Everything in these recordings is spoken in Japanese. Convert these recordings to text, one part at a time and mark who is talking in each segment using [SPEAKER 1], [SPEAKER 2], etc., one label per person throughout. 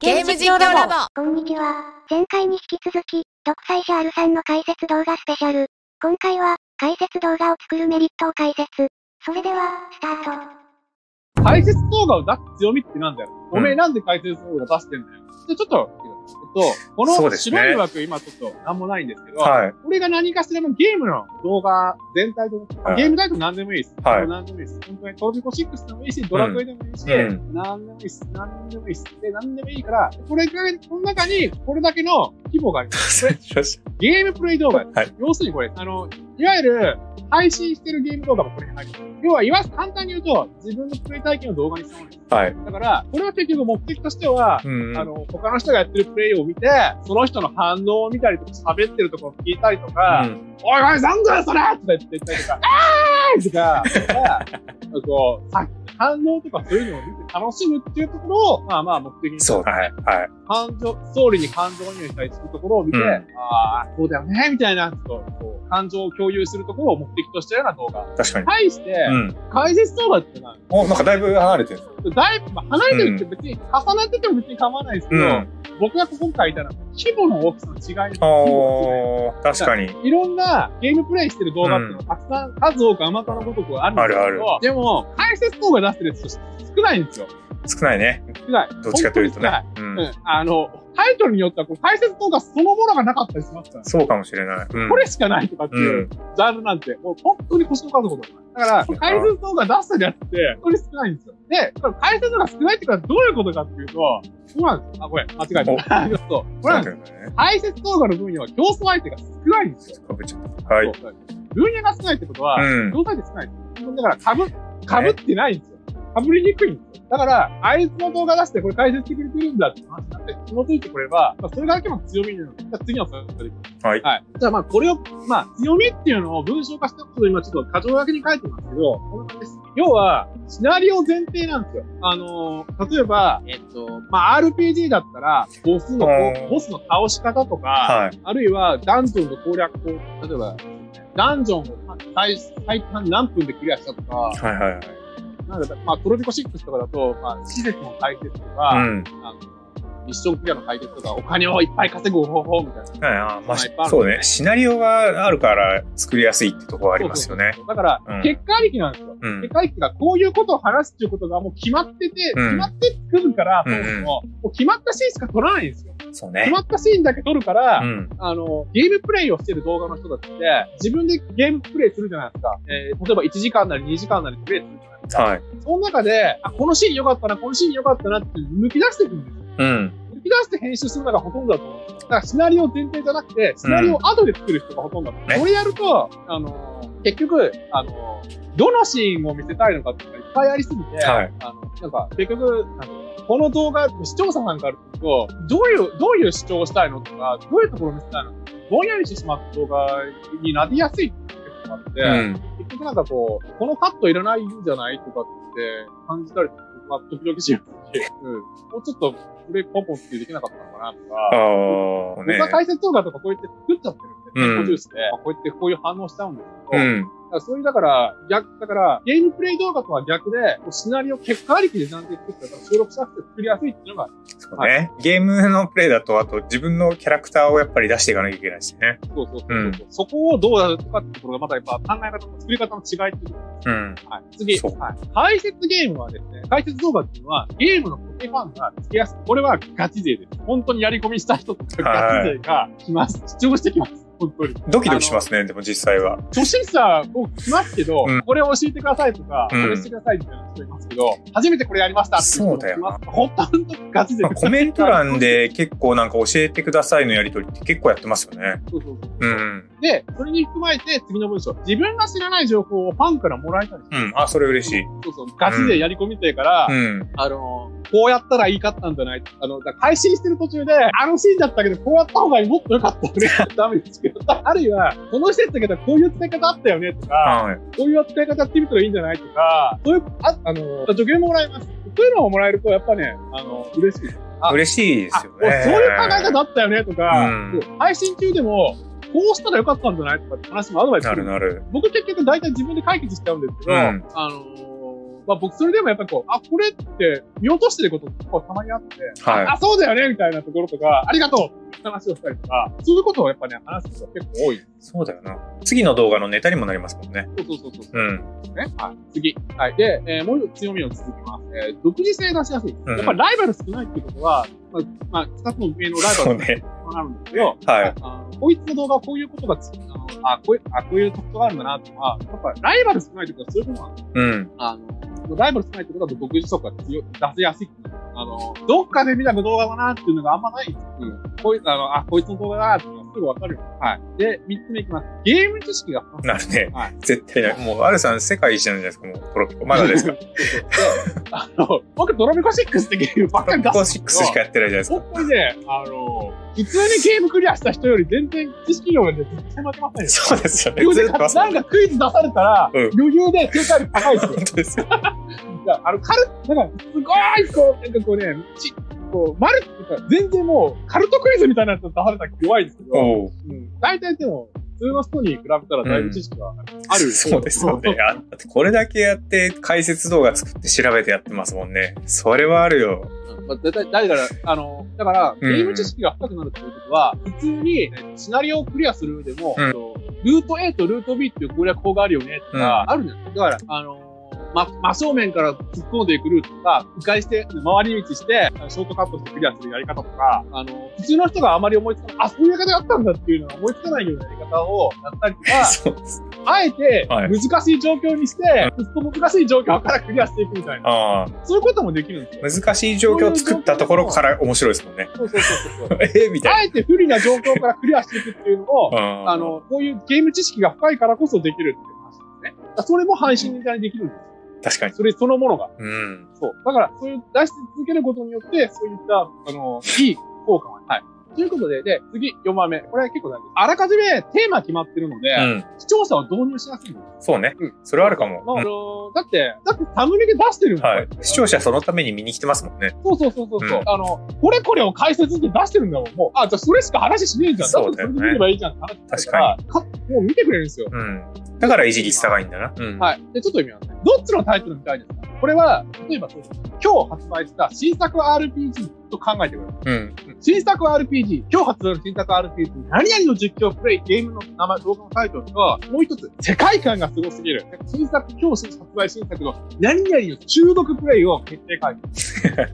[SPEAKER 1] ゲーム実況ラボ
[SPEAKER 2] こんにちは。前回に引き続き、独裁者 R さんの解説動画スペシャル。今回は、解説動画を作るメリットを解説。それでは、スタート。
[SPEAKER 3] 解説動画を出す強みってなんだよ。
[SPEAKER 4] うん
[SPEAKER 3] おめえなんで解説動画出してんだよ。で、ちょっと、えっと、こ
[SPEAKER 4] そう
[SPEAKER 3] の
[SPEAKER 4] ですね
[SPEAKER 3] 白い枠今ちょっとなんもないんですけど、
[SPEAKER 4] はい。
[SPEAKER 3] これが何かしらのゲームの動画全体と、
[SPEAKER 4] はい
[SPEAKER 3] ゲームタイトル何でもいいです。
[SPEAKER 4] はい
[SPEAKER 3] 何でもいいです。本当にトージコ6でもいいし、ドラクエでもいいし、
[SPEAKER 4] うん
[SPEAKER 3] 何でもいいです。何でもいいです。で、何でもいいから、これが、この中にこれだけの規模があります。ゲームプレイ動画です。
[SPEAKER 4] はい
[SPEAKER 3] 要するにこれ、あの、いわゆる配信してるゲーム動画もこれに入る。要は、いわ簡単に言うと、自分のプレイ体験を動画にしたものです。
[SPEAKER 4] はい。
[SPEAKER 3] だから、これは結局目的としては、
[SPEAKER 4] うん。
[SPEAKER 3] あの、他の人がやってるプレイを見て、その人の反応を見たりとか、喋ってるところを聞いたりとか、
[SPEAKER 4] うん
[SPEAKER 3] おいおい、なんだよ、それとか言って言ったりとか、あーいとか、とか、こう、さ反応とかそういうのを見て楽しむっていうところを、まあまあ目的に
[SPEAKER 4] そう、はい。はい。
[SPEAKER 3] 感情、総理に感情入したりするところを見て、
[SPEAKER 4] うん
[SPEAKER 3] ああ、そうだよね、みたいな、ちょっと、こう、感情を共有するところを目的としたような動画。
[SPEAKER 4] 確かに。
[SPEAKER 3] 対して、
[SPEAKER 4] うん。
[SPEAKER 3] 解説動画ってのは、
[SPEAKER 4] お、なんかだいぶ離れてる。
[SPEAKER 3] だいぶ、まあ離れてるって別に、重なってても別に構わないですけ
[SPEAKER 4] う
[SPEAKER 3] ど、
[SPEAKER 4] ん。
[SPEAKER 3] 僕が今回いたら、規模の大きさの違いです
[SPEAKER 4] おー、確かに。
[SPEAKER 3] いろんなゲームプレイしてる動画っていうのはたくさん、数多くあまたのごとくあるんですけど、
[SPEAKER 4] あるあ
[SPEAKER 3] でも、解説動画出してるやつ少ないんですよ。
[SPEAKER 4] 少ないね。
[SPEAKER 3] 少ない。
[SPEAKER 4] どっちかというとね
[SPEAKER 3] 本。
[SPEAKER 4] う
[SPEAKER 3] 当に
[SPEAKER 4] ん。
[SPEAKER 3] 少ない。うん。あの、タイトルによっては、この解説動画そのものがなかったりしますからね
[SPEAKER 4] そうかもしれない。うん
[SPEAKER 3] こ。れしかないとかって
[SPEAKER 4] う。
[SPEAKER 3] いうんジャンルなんて、もう本当に腰の数ほどない。だから、
[SPEAKER 4] そうか
[SPEAKER 3] 解説動画出したやつって、本当に少ないんですよ。で、これ解説動画少ないってことはどういうことかっていうと、そうなんですよ。あ、これ、間違えた。ちょっと、これなんですよ。
[SPEAKER 4] ね。
[SPEAKER 3] 解説動画の分野は競争相手が少ないんですよ。
[SPEAKER 4] かぶっちゃった。はい。
[SPEAKER 3] そう。分野が少ないってことは、
[SPEAKER 4] うん
[SPEAKER 3] 競争相手少ないんですよ。だから、かぶ、かぶってないんですよ。かぶりにくいんですよ。だから、あいつの動画出してこれ解説してくれてるんだって話になって、紐づいてくれば、まあ、それがだけも強みになるので、じゃあ次のそれで
[SPEAKER 4] はい。
[SPEAKER 3] はい。じゃあまあこれを、まあ強みっていうのを文章化したことを今ちょっと箇条書きに書いてますけど、こんな感じです。要は、シナリオ前提なんですよ。あのー例えば、えっと、まあ RPG だったら、ボスのこ
[SPEAKER 4] う
[SPEAKER 3] う、
[SPEAKER 4] ん
[SPEAKER 3] ボスの倒し方とか、
[SPEAKER 4] はい。
[SPEAKER 3] あるいはダンジョンの攻略法、例えば、ダンジョンを最最短何分でクリアしたとか、
[SPEAKER 4] はいはいはい。
[SPEAKER 3] なんだまあ、トロピコ6とかだと、まあ、施設の解決とか、
[SPEAKER 4] うん。
[SPEAKER 3] あの、ミッションクリアの解決とか、お金をいっぱい稼ぐ方法みたいな。
[SPEAKER 4] はいあー
[SPEAKER 3] ま
[SPEAKER 4] ま
[SPEAKER 3] あいっぱいあ
[SPEAKER 4] あ、
[SPEAKER 3] る
[SPEAKER 4] そうね。シナリオがあるから作りやすいってとこはありますよね
[SPEAKER 3] そう。そうそう。だから、
[SPEAKER 4] うん
[SPEAKER 3] 結果ありきなんですよ。
[SPEAKER 4] うん
[SPEAKER 3] 結。果ありきがこういうことを話すっていうことがもう決まってて、
[SPEAKER 4] うん
[SPEAKER 3] 決まってくるから、
[SPEAKER 4] うん
[SPEAKER 3] そもそも、もう決まったシーンしか撮らないんですよ。
[SPEAKER 4] そう
[SPEAKER 3] 決
[SPEAKER 4] ね
[SPEAKER 3] ま。ったシーンだけ撮るから、
[SPEAKER 4] うん。
[SPEAKER 3] あの、ゲームプレイをしてる動画の人だって、自分でゲームプレイするじゃないですか。えー例えば1時間なり2時間なりプレイするじゃないですか。
[SPEAKER 4] はい。
[SPEAKER 3] その中で、あ、このシーン良かったな、このシーン良かったなって抜き出していくんですよ。
[SPEAKER 4] うん。
[SPEAKER 3] 抜き出して編集するのがほとんどだと思うんですよ。だからシナリオ前提じゃなくて、シナリオ後で作る人がほとんどだと思う
[SPEAKER 4] ね
[SPEAKER 3] それやると、あのー、結局、あのー、どのシーンを見せたいのかっていうのがいっぱいありすぎて、
[SPEAKER 4] はい
[SPEAKER 3] あの、なんか、結局、あのこの動画、視聴者さんからすると、どういう、どういう主張をしたいのとか、どういうところを見せたいのとかぼんやりしてしまった動画になりやすいっていうのがあって、
[SPEAKER 4] うん。
[SPEAKER 3] 結局なんかこう、このカットいらないんじゃないとかって感じたりとか、まあ、時々しようし、うん。もうちょっと、これポンポンってできなかったのかなと
[SPEAKER 4] あ
[SPEAKER 3] か、
[SPEAKER 4] あ、ね
[SPEAKER 3] 僕。は解説動画とかこうやって作っちゃってるんで、
[SPEAKER 4] うん
[SPEAKER 3] ジュースで、まあこうやってこういう反応しちゃうんですけ
[SPEAKER 4] う
[SPEAKER 3] ど、だ
[SPEAKER 4] ん。
[SPEAKER 3] からそういう、だから、逆、だから、ゲームプレイ動画とは逆で、もうシナリオ結果ありきでなんて作ったら、収録したくて作りやすいっていうのが、
[SPEAKER 4] そうね。ゲームのプレイだと、あと自分のキャラクターをやっぱり出していかなきゃいけないしね。
[SPEAKER 3] そうそうそうそう、
[SPEAKER 4] うん
[SPEAKER 3] そこをどうやるとかってところが、またやっぱ考え方の作り方の違いっていう
[SPEAKER 4] うん。
[SPEAKER 3] はい。次。
[SPEAKER 4] そう
[SPEAKER 3] はい。解説ゲームはですね、解説動画っていうのは、ゲームの固定ファンがつけやすく、これはガチ勢です。本当にやり込みした人とか
[SPEAKER 4] は
[SPEAKER 3] ガ
[SPEAKER 4] い
[SPEAKER 3] チ勢が来ます。主張してきます。本当に。
[SPEAKER 4] ドキドキしますね、でも実際 は。
[SPEAKER 3] 初心者も来ますけど、
[SPEAKER 4] うん
[SPEAKER 3] これを教えてくださいとか、こ
[SPEAKER 4] うん
[SPEAKER 3] れしてくださいみたいな人いますけど、初めてこれやりましたっていう人も来ます。ほとんどガチ勢
[SPEAKER 4] まあ
[SPEAKER 3] です。
[SPEAKER 4] コメント欄で結構なんか教えてくださいのやりとりって結構やってますよね。
[SPEAKER 3] そうそうそう。
[SPEAKER 4] うん。
[SPEAKER 3] で、それに含まれて次の文章。自分が知らない情報をファンからもらえたり
[SPEAKER 4] うん。あ、それ嬉しい。
[SPEAKER 3] そうそう。ガチ勢やり込み勢から、
[SPEAKER 4] うん。
[SPEAKER 3] あの、こうやったらいいかったんじゃないあの、だから配信してる途中で、あのシーンだったけど、こうやった方がもっと良かったよ ね。ダメですけど。あるいは、この施設だけど、こういう使い方あったよねとか、
[SPEAKER 4] はい。
[SPEAKER 3] こういう使い方やってみたらいいんじゃないとか、そういう、ああの、助言ももらえます。そういうのをもらえると、やっぱね、あの、嬉しい。あ
[SPEAKER 4] 嬉しいですよ
[SPEAKER 3] あ
[SPEAKER 4] ね。
[SPEAKER 3] そういう考え方あったよねとか、
[SPEAKER 4] うん
[SPEAKER 3] そう配信中でも、こうしたら良かったんじゃないとかって話もアドバイスす
[SPEAKER 4] な
[SPEAKER 3] るんです
[SPEAKER 4] る
[SPEAKER 3] よ
[SPEAKER 4] なる。
[SPEAKER 3] 僕結局大体自分で解決しちゃうんですけど、
[SPEAKER 4] うん
[SPEAKER 3] あのーまあ僕それでもやっぱりこう、あ、これって見落としてることってこうたまにあって、
[SPEAKER 4] は
[SPEAKER 3] あ、そうだよねみたいなところとか、ありがとうって話をしたりとか、そういうことをやっぱね、話す人が結構多い。
[SPEAKER 4] い。そうだよな。次の動画のネタにもなりますもんね。
[SPEAKER 3] そうそうそうそう。
[SPEAKER 4] うん。
[SPEAKER 3] ね。はい。次。はい。で、えーもう一つ強みを続きます。えー独自性出しやすい。
[SPEAKER 4] うん
[SPEAKER 3] やっぱライバル少ないってことは、まあ、まあ、二つの名のライバ
[SPEAKER 4] そう
[SPEAKER 3] ル
[SPEAKER 4] ね。
[SPEAKER 3] となるんですけど、
[SPEAKER 4] はい。
[SPEAKER 3] あのこいつの動画はこういうことがつ、あの、あ、こういう、あ、こういう特徴があるんだなっていうのは、やっぱライバル少ないってことはそういうことなんですよ
[SPEAKER 4] うん。
[SPEAKER 3] あの、ライバル少ないってことだと独自色が強い、出せやすいっていうのがあの、どっかで見た動画だなっていうのがあんまないんですよ。こいつ、あの、あ、こいつの動画だなっていうのがすぐわかるよ。はい。で、三つ目いきます。ゲーム知識が豊富
[SPEAKER 4] なるね。
[SPEAKER 3] はい
[SPEAKER 4] 絶対ない。もう、アルさん世界一なんじゃないですか、もう、コロピコ。まだですか。
[SPEAKER 3] そうそうで あの、僕、ドラミコ6ってゲームばっ
[SPEAKER 4] コ
[SPEAKER 3] か
[SPEAKER 4] ロ
[SPEAKER 3] り出
[SPEAKER 4] ピコ
[SPEAKER 3] すん
[SPEAKER 4] 6
[SPEAKER 3] ですけ
[SPEAKER 4] し
[SPEAKER 3] ど
[SPEAKER 4] かやってないじゃないですか。
[SPEAKER 3] 本当にね、あの、普通にゲームクリアした人より全然知識量がね、絶対負けませんよ。
[SPEAKER 4] そうですよね。
[SPEAKER 3] 余裕
[SPEAKER 4] ず
[SPEAKER 3] で
[SPEAKER 4] っと忘
[SPEAKER 3] なん
[SPEAKER 4] れて
[SPEAKER 3] かクイズ出されたら、
[SPEAKER 4] うん
[SPEAKER 3] 余裕で正解率高いですよ。
[SPEAKER 4] 本当ですよ。
[SPEAKER 3] いやあの、カル、なんか、すごい、こう、なんかこうね、ち、こう、丸っていうか、全然もう、カルトクイズみたいなやつ出されたら弱いですけど、
[SPEAKER 4] おう
[SPEAKER 3] うん、大体でも、普通の人に比べたらだいぶ知識はある。
[SPEAKER 4] そうですよね。あだってこれだけやって解説動画作って調べてやってますもんね。それはあるよ。
[SPEAKER 3] まあ、だだだから、あの、だから、
[SPEAKER 4] うん
[SPEAKER 3] ゲーム知識が深くなるっていうことは、普通に、えーシナリオをクリアする上でも、
[SPEAKER 4] うん
[SPEAKER 3] あのルート A とルート B っていう攻略法があるよね、とか、あるじゃないですか。だから、あのー、ま、真正面から突っ込んでいくルートとか、迂回して、回り道して、あのショートカットしてクリアするやり方とか、あの、普通の人があまり思いつかない、あ、そういうやり方やったんだっていうのは思いつかないようなやり方をやったりとか、
[SPEAKER 4] そうです。
[SPEAKER 3] あえて、
[SPEAKER 4] はい
[SPEAKER 3] 難しい状況にして、ずっと難しい状況からクリアしていくみたいな、
[SPEAKER 4] ああ。
[SPEAKER 3] そういうこともできるんですよ。
[SPEAKER 4] 難しい状況を作ったところから面白いですもんね。
[SPEAKER 3] そうそうそうそう。
[SPEAKER 4] ええみたい
[SPEAKER 3] あえて不利な状況からクリアしていくっていうのを、
[SPEAKER 4] な。
[SPEAKER 3] あの、こういうゲーム知識が深いからこそできるっていう話ですね。だからそれも配信みたいにできるんで
[SPEAKER 4] うん、確かに
[SPEAKER 3] す。。それそのものが。
[SPEAKER 4] うん。
[SPEAKER 3] そう。だから、そういう出し続けることによって、そういった、あの、いい効果が。はい。ということで、で、次、4番目。これは結構大事です。あらかじめテーマ決まってるので、
[SPEAKER 4] うん。
[SPEAKER 3] 視聴者を導入しやすいんです。
[SPEAKER 4] そうね
[SPEAKER 3] うん。
[SPEAKER 4] それはあるかも。
[SPEAKER 3] まあ
[SPEAKER 4] う
[SPEAKER 3] あ
[SPEAKER 4] ん
[SPEAKER 3] のだって、だってサムネで出してるんだ
[SPEAKER 4] は
[SPEAKER 3] よ
[SPEAKER 4] い。視聴者そのために見に来てますもんね。
[SPEAKER 3] そうそうそうそう。う
[SPEAKER 4] うん
[SPEAKER 3] あの、これこれを解説して出してるんだもん。もう、あ、じゃあそれしか話しねえじゃん。
[SPEAKER 4] そうだよ
[SPEAKER 3] って
[SPEAKER 4] ね
[SPEAKER 3] それで見ればいいじゃんって話だらかもう見てくれるんですよ。
[SPEAKER 4] うん。だからいじりしたがいいんだな。うん。
[SPEAKER 3] はい。で、ちょっと読みますね。どっちのタイトルみたいですかこれは、例えばそうです今日発売した新作 RPG と考えてください。
[SPEAKER 4] うん。
[SPEAKER 3] 新作 RPG、今日発売の新作 RPG、何々の実況プレイ、ゲームの名前、動画のタイトルと、もう一つ、世界観がすごすぎる。新作、今日発売新作の何々の中毒プレイを決定 会議。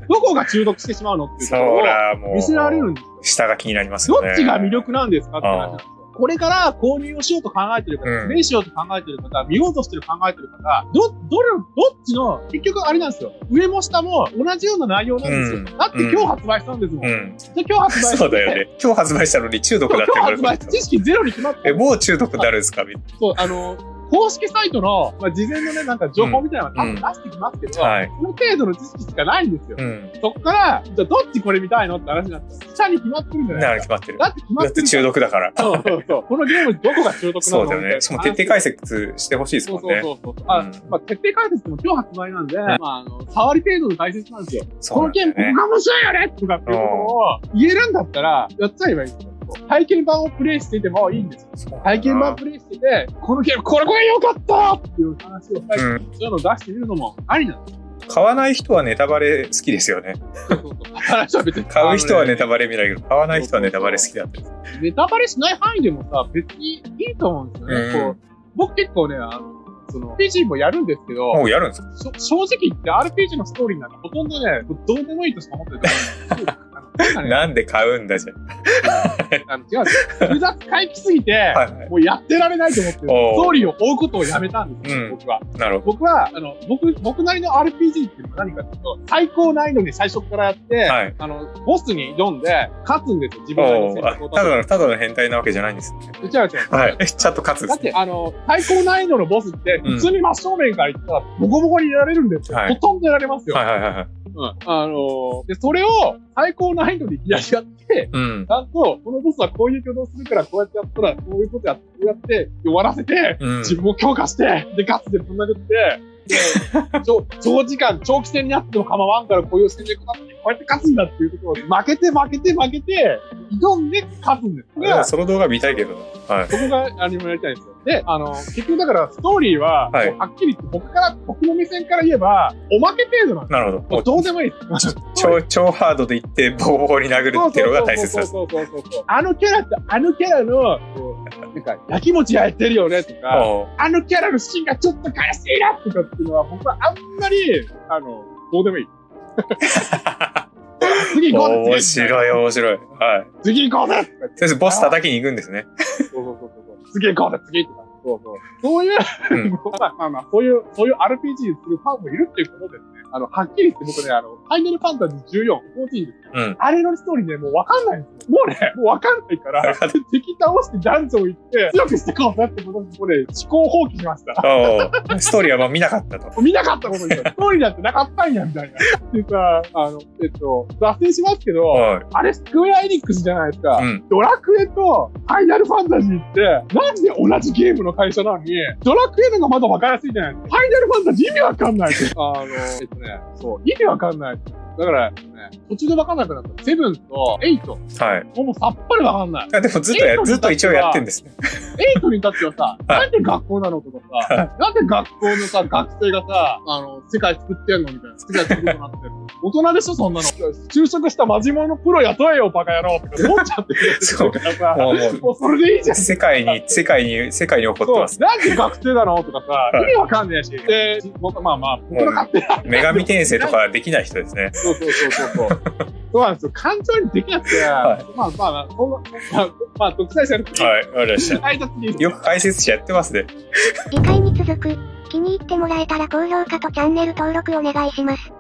[SPEAKER 3] どこが中毒してしまうのっていうと
[SPEAKER 4] そ
[SPEAKER 3] ころを
[SPEAKER 4] ら、もう。
[SPEAKER 3] 見せられるんですよ。
[SPEAKER 4] 下が気になります
[SPEAKER 3] ど
[SPEAKER 4] よね。
[SPEAKER 3] っちが魅力なんですかって話なんですよ。これから購入をしようと考えてる方、
[SPEAKER 4] うん
[SPEAKER 3] プレイしようと考えてる方、見ようとしてる考えてる方、ど、どれ、どっちの、結局あれなんですよ。上も下も同じような内容なんですよ。
[SPEAKER 4] うん
[SPEAKER 3] だって今日発売したんですもん。
[SPEAKER 4] う
[SPEAKER 3] じゃ あ
[SPEAKER 4] ん。
[SPEAKER 3] 今日発売して
[SPEAKER 4] そうだよね。今日発売したのに中毒
[SPEAKER 3] 今
[SPEAKER 4] だって
[SPEAKER 3] 日
[SPEAKER 4] 言われ
[SPEAKER 3] 発
[SPEAKER 4] る
[SPEAKER 3] 売、知識ゼロに決まって
[SPEAKER 4] え、もう中毒になるんですかみ
[SPEAKER 3] そう、あの、公式サイトの、まあ、事前のね、なんか情報みたいなの多分出してきますけど、
[SPEAKER 4] はい
[SPEAKER 3] その程度の知識しかないんですよ。
[SPEAKER 4] うん。
[SPEAKER 3] そこから、じゃあどっちこれ見たいのって話になって、下に決まってるんじゃ
[SPEAKER 4] な
[SPEAKER 3] ない
[SPEAKER 4] る
[SPEAKER 3] です
[SPEAKER 4] 決まってる
[SPEAKER 3] か。。だって決ま
[SPEAKER 4] だ
[SPEAKER 3] っ
[SPEAKER 4] ってて
[SPEAKER 3] る
[SPEAKER 4] 中毒だから。
[SPEAKER 3] そうそうそう。このゲームどこが中毒な
[SPEAKER 4] そ
[SPEAKER 3] の
[SPEAKER 4] うだよね。しかも徹底解説してほしいです
[SPEAKER 3] そう
[SPEAKER 4] もん
[SPEAKER 3] そう
[SPEAKER 4] ね。
[SPEAKER 3] そうそう。あ、
[SPEAKER 4] うん
[SPEAKER 3] まあ、徹底解説も今日発売なんで、まあ、あの、触り程度の解説なんですよ。
[SPEAKER 4] そ
[SPEAKER 3] こ
[SPEAKER 4] うな
[SPEAKER 3] の
[SPEAKER 4] ん
[SPEAKER 3] ゲ
[SPEAKER 4] だ
[SPEAKER 3] ー
[SPEAKER 4] よ
[SPEAKER 3] ム、ここ
[SPEAKER 4] ね。
[SPEAKER 3] が面白いよねとかっていうことを言えるんだったら、やっちゃえばいいんですよ。体験版をプレイしててもいいんですよ。体験版プレイしてて、このゲーム、これこれ良かったっていう話をしたり、
[SPEAKER 4] うん。
[SPEAKER 3] そういうのを出してみるのもありなんですよ。
[SPEAKER 4] 買わない人はネタバレ好きですよね。
[SPEAKER 3] そうそうそう話は別に。
[SPEAKER 4] 買う人はネ
[SPEAKER 3] あ
[SPEAKER 4] タ
[SPEAKER 3] のね
[SPEAKER 4] バレ見ないけど、買わない人はネタバレ好きだったり。
[SPEAKER 3] ネタバレしない範囲でもさ、別にいいと思うんですよね。
[SPEAKER 4] うん
[SPEAKER 3] こう僕結構ね、あの、その、PG もやるんですけど、
[SPEAKER 4] もうやるんですか
[SPEAKER 3] しょ正直言って RPG のストーリーなんかほとんどね、どうでもいいとしか思って ないと思うんですよ。あのなんかね、
[SPEAKER 4] なんで買うんだじゃん。
[SPEAKER 3] あの違うんですよ複雑回帰すぎて、
[SPEAKER 4] はいは
[SPEAKER 3] もうやってられないと思ってる、ス
[SPEAKER 4] おう
[SPEAKER 3] トーリーを追うことをやめたんですよ、
[SPEAKER 4] うん
[SPEAKER 3] 僕は。
[SPEAKER 4] い。なるほ
[SPEAKER 3] 僕は、あの、僕、僕なりの RPG っていうのは何かっていうと、最高難易度に最初からやって、
[SPEAKER 4] ど。はい。
[SPEAKER 3] あの、ボスに挑んで、勝つんですよ、自分なりの
[SPEAKER 4] お
[SPEAKER 3] 戦
[SPEAKER 4] ーあ
[SPEAKER 3] 略を
[SPEAKER 4] た
[SPEAKER 3] 立
[SPEAKER 4] だの、ただの変態なわけじゃないんですね。
[SPEAKER 3] て。違う違う。
[SPEAKER 4] はい。ちゃんと勝つん
[SPEAKER 3] だ
[SPEAKER 4] で
[SPEAKER 3] っ
[SPEAKER 4] すね。
[SPEAKER 3] て、あの、最高難易度のボスって、
[SPEAKER 4] うん
[SPEAKER 3] 普通に真正面から行ったら、ボコボコにやられるんですよ。
[SPEAKER 4] はい
[SPEAKER 3] ほとんどやられますよ。
[SPEAKER 4] はいはいはいはい。
[SPEAKER 3] うんあのーで、それを最高難易度でやり合って、
[SPEAKER 4] うん
[SPEAKER 3] ち。ゃんと、このボスはこういう挙動するから、こうやってやったら、こういうことやって、こうやって、終わらせて、
[SPEAKER 4] うん。
[SPEAKER 3] 自分を強化して、で、ガッツでぶん殴って、長長時間、長期戦になっても構わんから、こういう戦略だって、こうやって勝つんだっていうところで、負けて負けて負けて、挑んで勝つんです。
[SPEAKER 4] でもその動画見たいけど。はい。
[SPEAKER 3] そこがアニメをやりたいんですよ。で、あの、結局だから、ストーリーは、
[SPEAKER 4] はい
[SPEAKER 3] もうはっきり言って、僕から、僕の目線から言えば、おまけ程度なんです
[SPEAKER 4] なるほ
[SPEAKER 3] もう
[SPEAKER 4] ど。
[SPEAKER 3] どうでもいいです。
[SPEAKER 4] 超、超ハードで行って、ボコボコに殴るっていうのが大切です。
[SPEAKER 3] そうそうそうそうそうあのキャラって、あのキャラの、こうなんか、やきもち焼いてるよねとか、
[SPEAKER 4] おう
[SPEAKER 3] あのキャラのシーンがちょっと悲しいなとかっていうのは、僕はあんまり、あの、どうでもいい。次行こう
[SPEAKER 4] 面
[SPEAKER 3] です
[SPEAKER 4] 白い、面白い。はい。
[SPEAKER 3] 次行こうですとか
[SPEAKER 4] 先生、ボス叩きに行くんですね。
[SPEAKER 3] そうそうそうそう。次行こうです次とか。そうそう。そういう、
[SPEAKER 4] うん
[SPEAKER 3] まあまあまあ、そういう、そういう RPG にするファンもいるっていうことですね。あの、はっきり言って僕ね、あの、ファイナルファンタジー14、14です。
[SPEAKER 4] うん。
[SPEAKER 3] あれのストーリーね、もうわかんないんですよ。もうね、もうわかんないから
[SPEAKER 4] わかん、
[SPEAKER 3] 敵倒してダンジョン行って、強くしてこうなってことで、これ、思考放棄しました。
[SPEAKER 4] おうストーリーはまあ見なかったと。
[SPEAKER 3] もう見なかったことにした。ストーリーなんてなかったんや、みたいな。でさ、あの、えっと、脱線しますけど、
[SPEAKER 4] はい。
[SPEAKER 3] あれ、スクエアエニックスじゃないですか。
[SPEAKER 4] うん。
[SPEAKER 3] ドラクエとファイナルファンタジーって、なんで同じゲームの会社なのに、ドラクエのがまだ分かりやすいじゃないですか。ファイナルファンタジー意味わかんないです。あの、えっとね、そう、意味わかんないです。だから、ね、途中で分かんなくなった。セブンとエイト。
[SPEAKER 4] はい。
[SPEAKER 3] もうさっぱり分かんない。
[SPEAKER 4] あでもずっとや、ずっと一応やってんですね。
[SPEAKER 3] エイトに至っては さ、なんで学校なのとか
[SPEAKER 4] は
[SPEAKER 3] さ、なんで学校のさ、学生がさ、あの、世界作ってんのみたいな、世界作るとなってる。大人でしょ、そんなの。就職した真面目のプロ雇えよ、バカ野郎とか思っちゃってる。
[SPEAKER 4] そう
[SPEAKER 3] だからさ、
[SPEAKER 4] もう、もう、
[SPEAKER 3] もうそれでいいじゃん。
[SPEAKER 4] 世界に、世界に、世界に起こって
[SPEAKER 3] そう
[SPEAKER 4] ます。
[SPEAKER 3] なんで学生なのとかさ、
[SPEAKER 4] い
[SPEAKER 3] 意味わかんねえし。で、僕まあまあ、僕の勝手な。
[SPEAKER 4] 女神転生とかできない人ですね。
[SPEAKER 3] そうそうそうそうそう。そうなんですよ。感情にできなくて、
[SPEAKER 4] は
[SPEAKER 3] まあまあまあ、そんな、まあ、まあ、独裁者の時、
[SPEAKER 4] はい、わかりました。
[SPEAKER 3] 挨拶に。
[SPEAKER 4] よく解説者やってますね。
[SPEAKER 2] 次回に続く。気に入ってもらえたら高評価とチャンネル登録お願いします。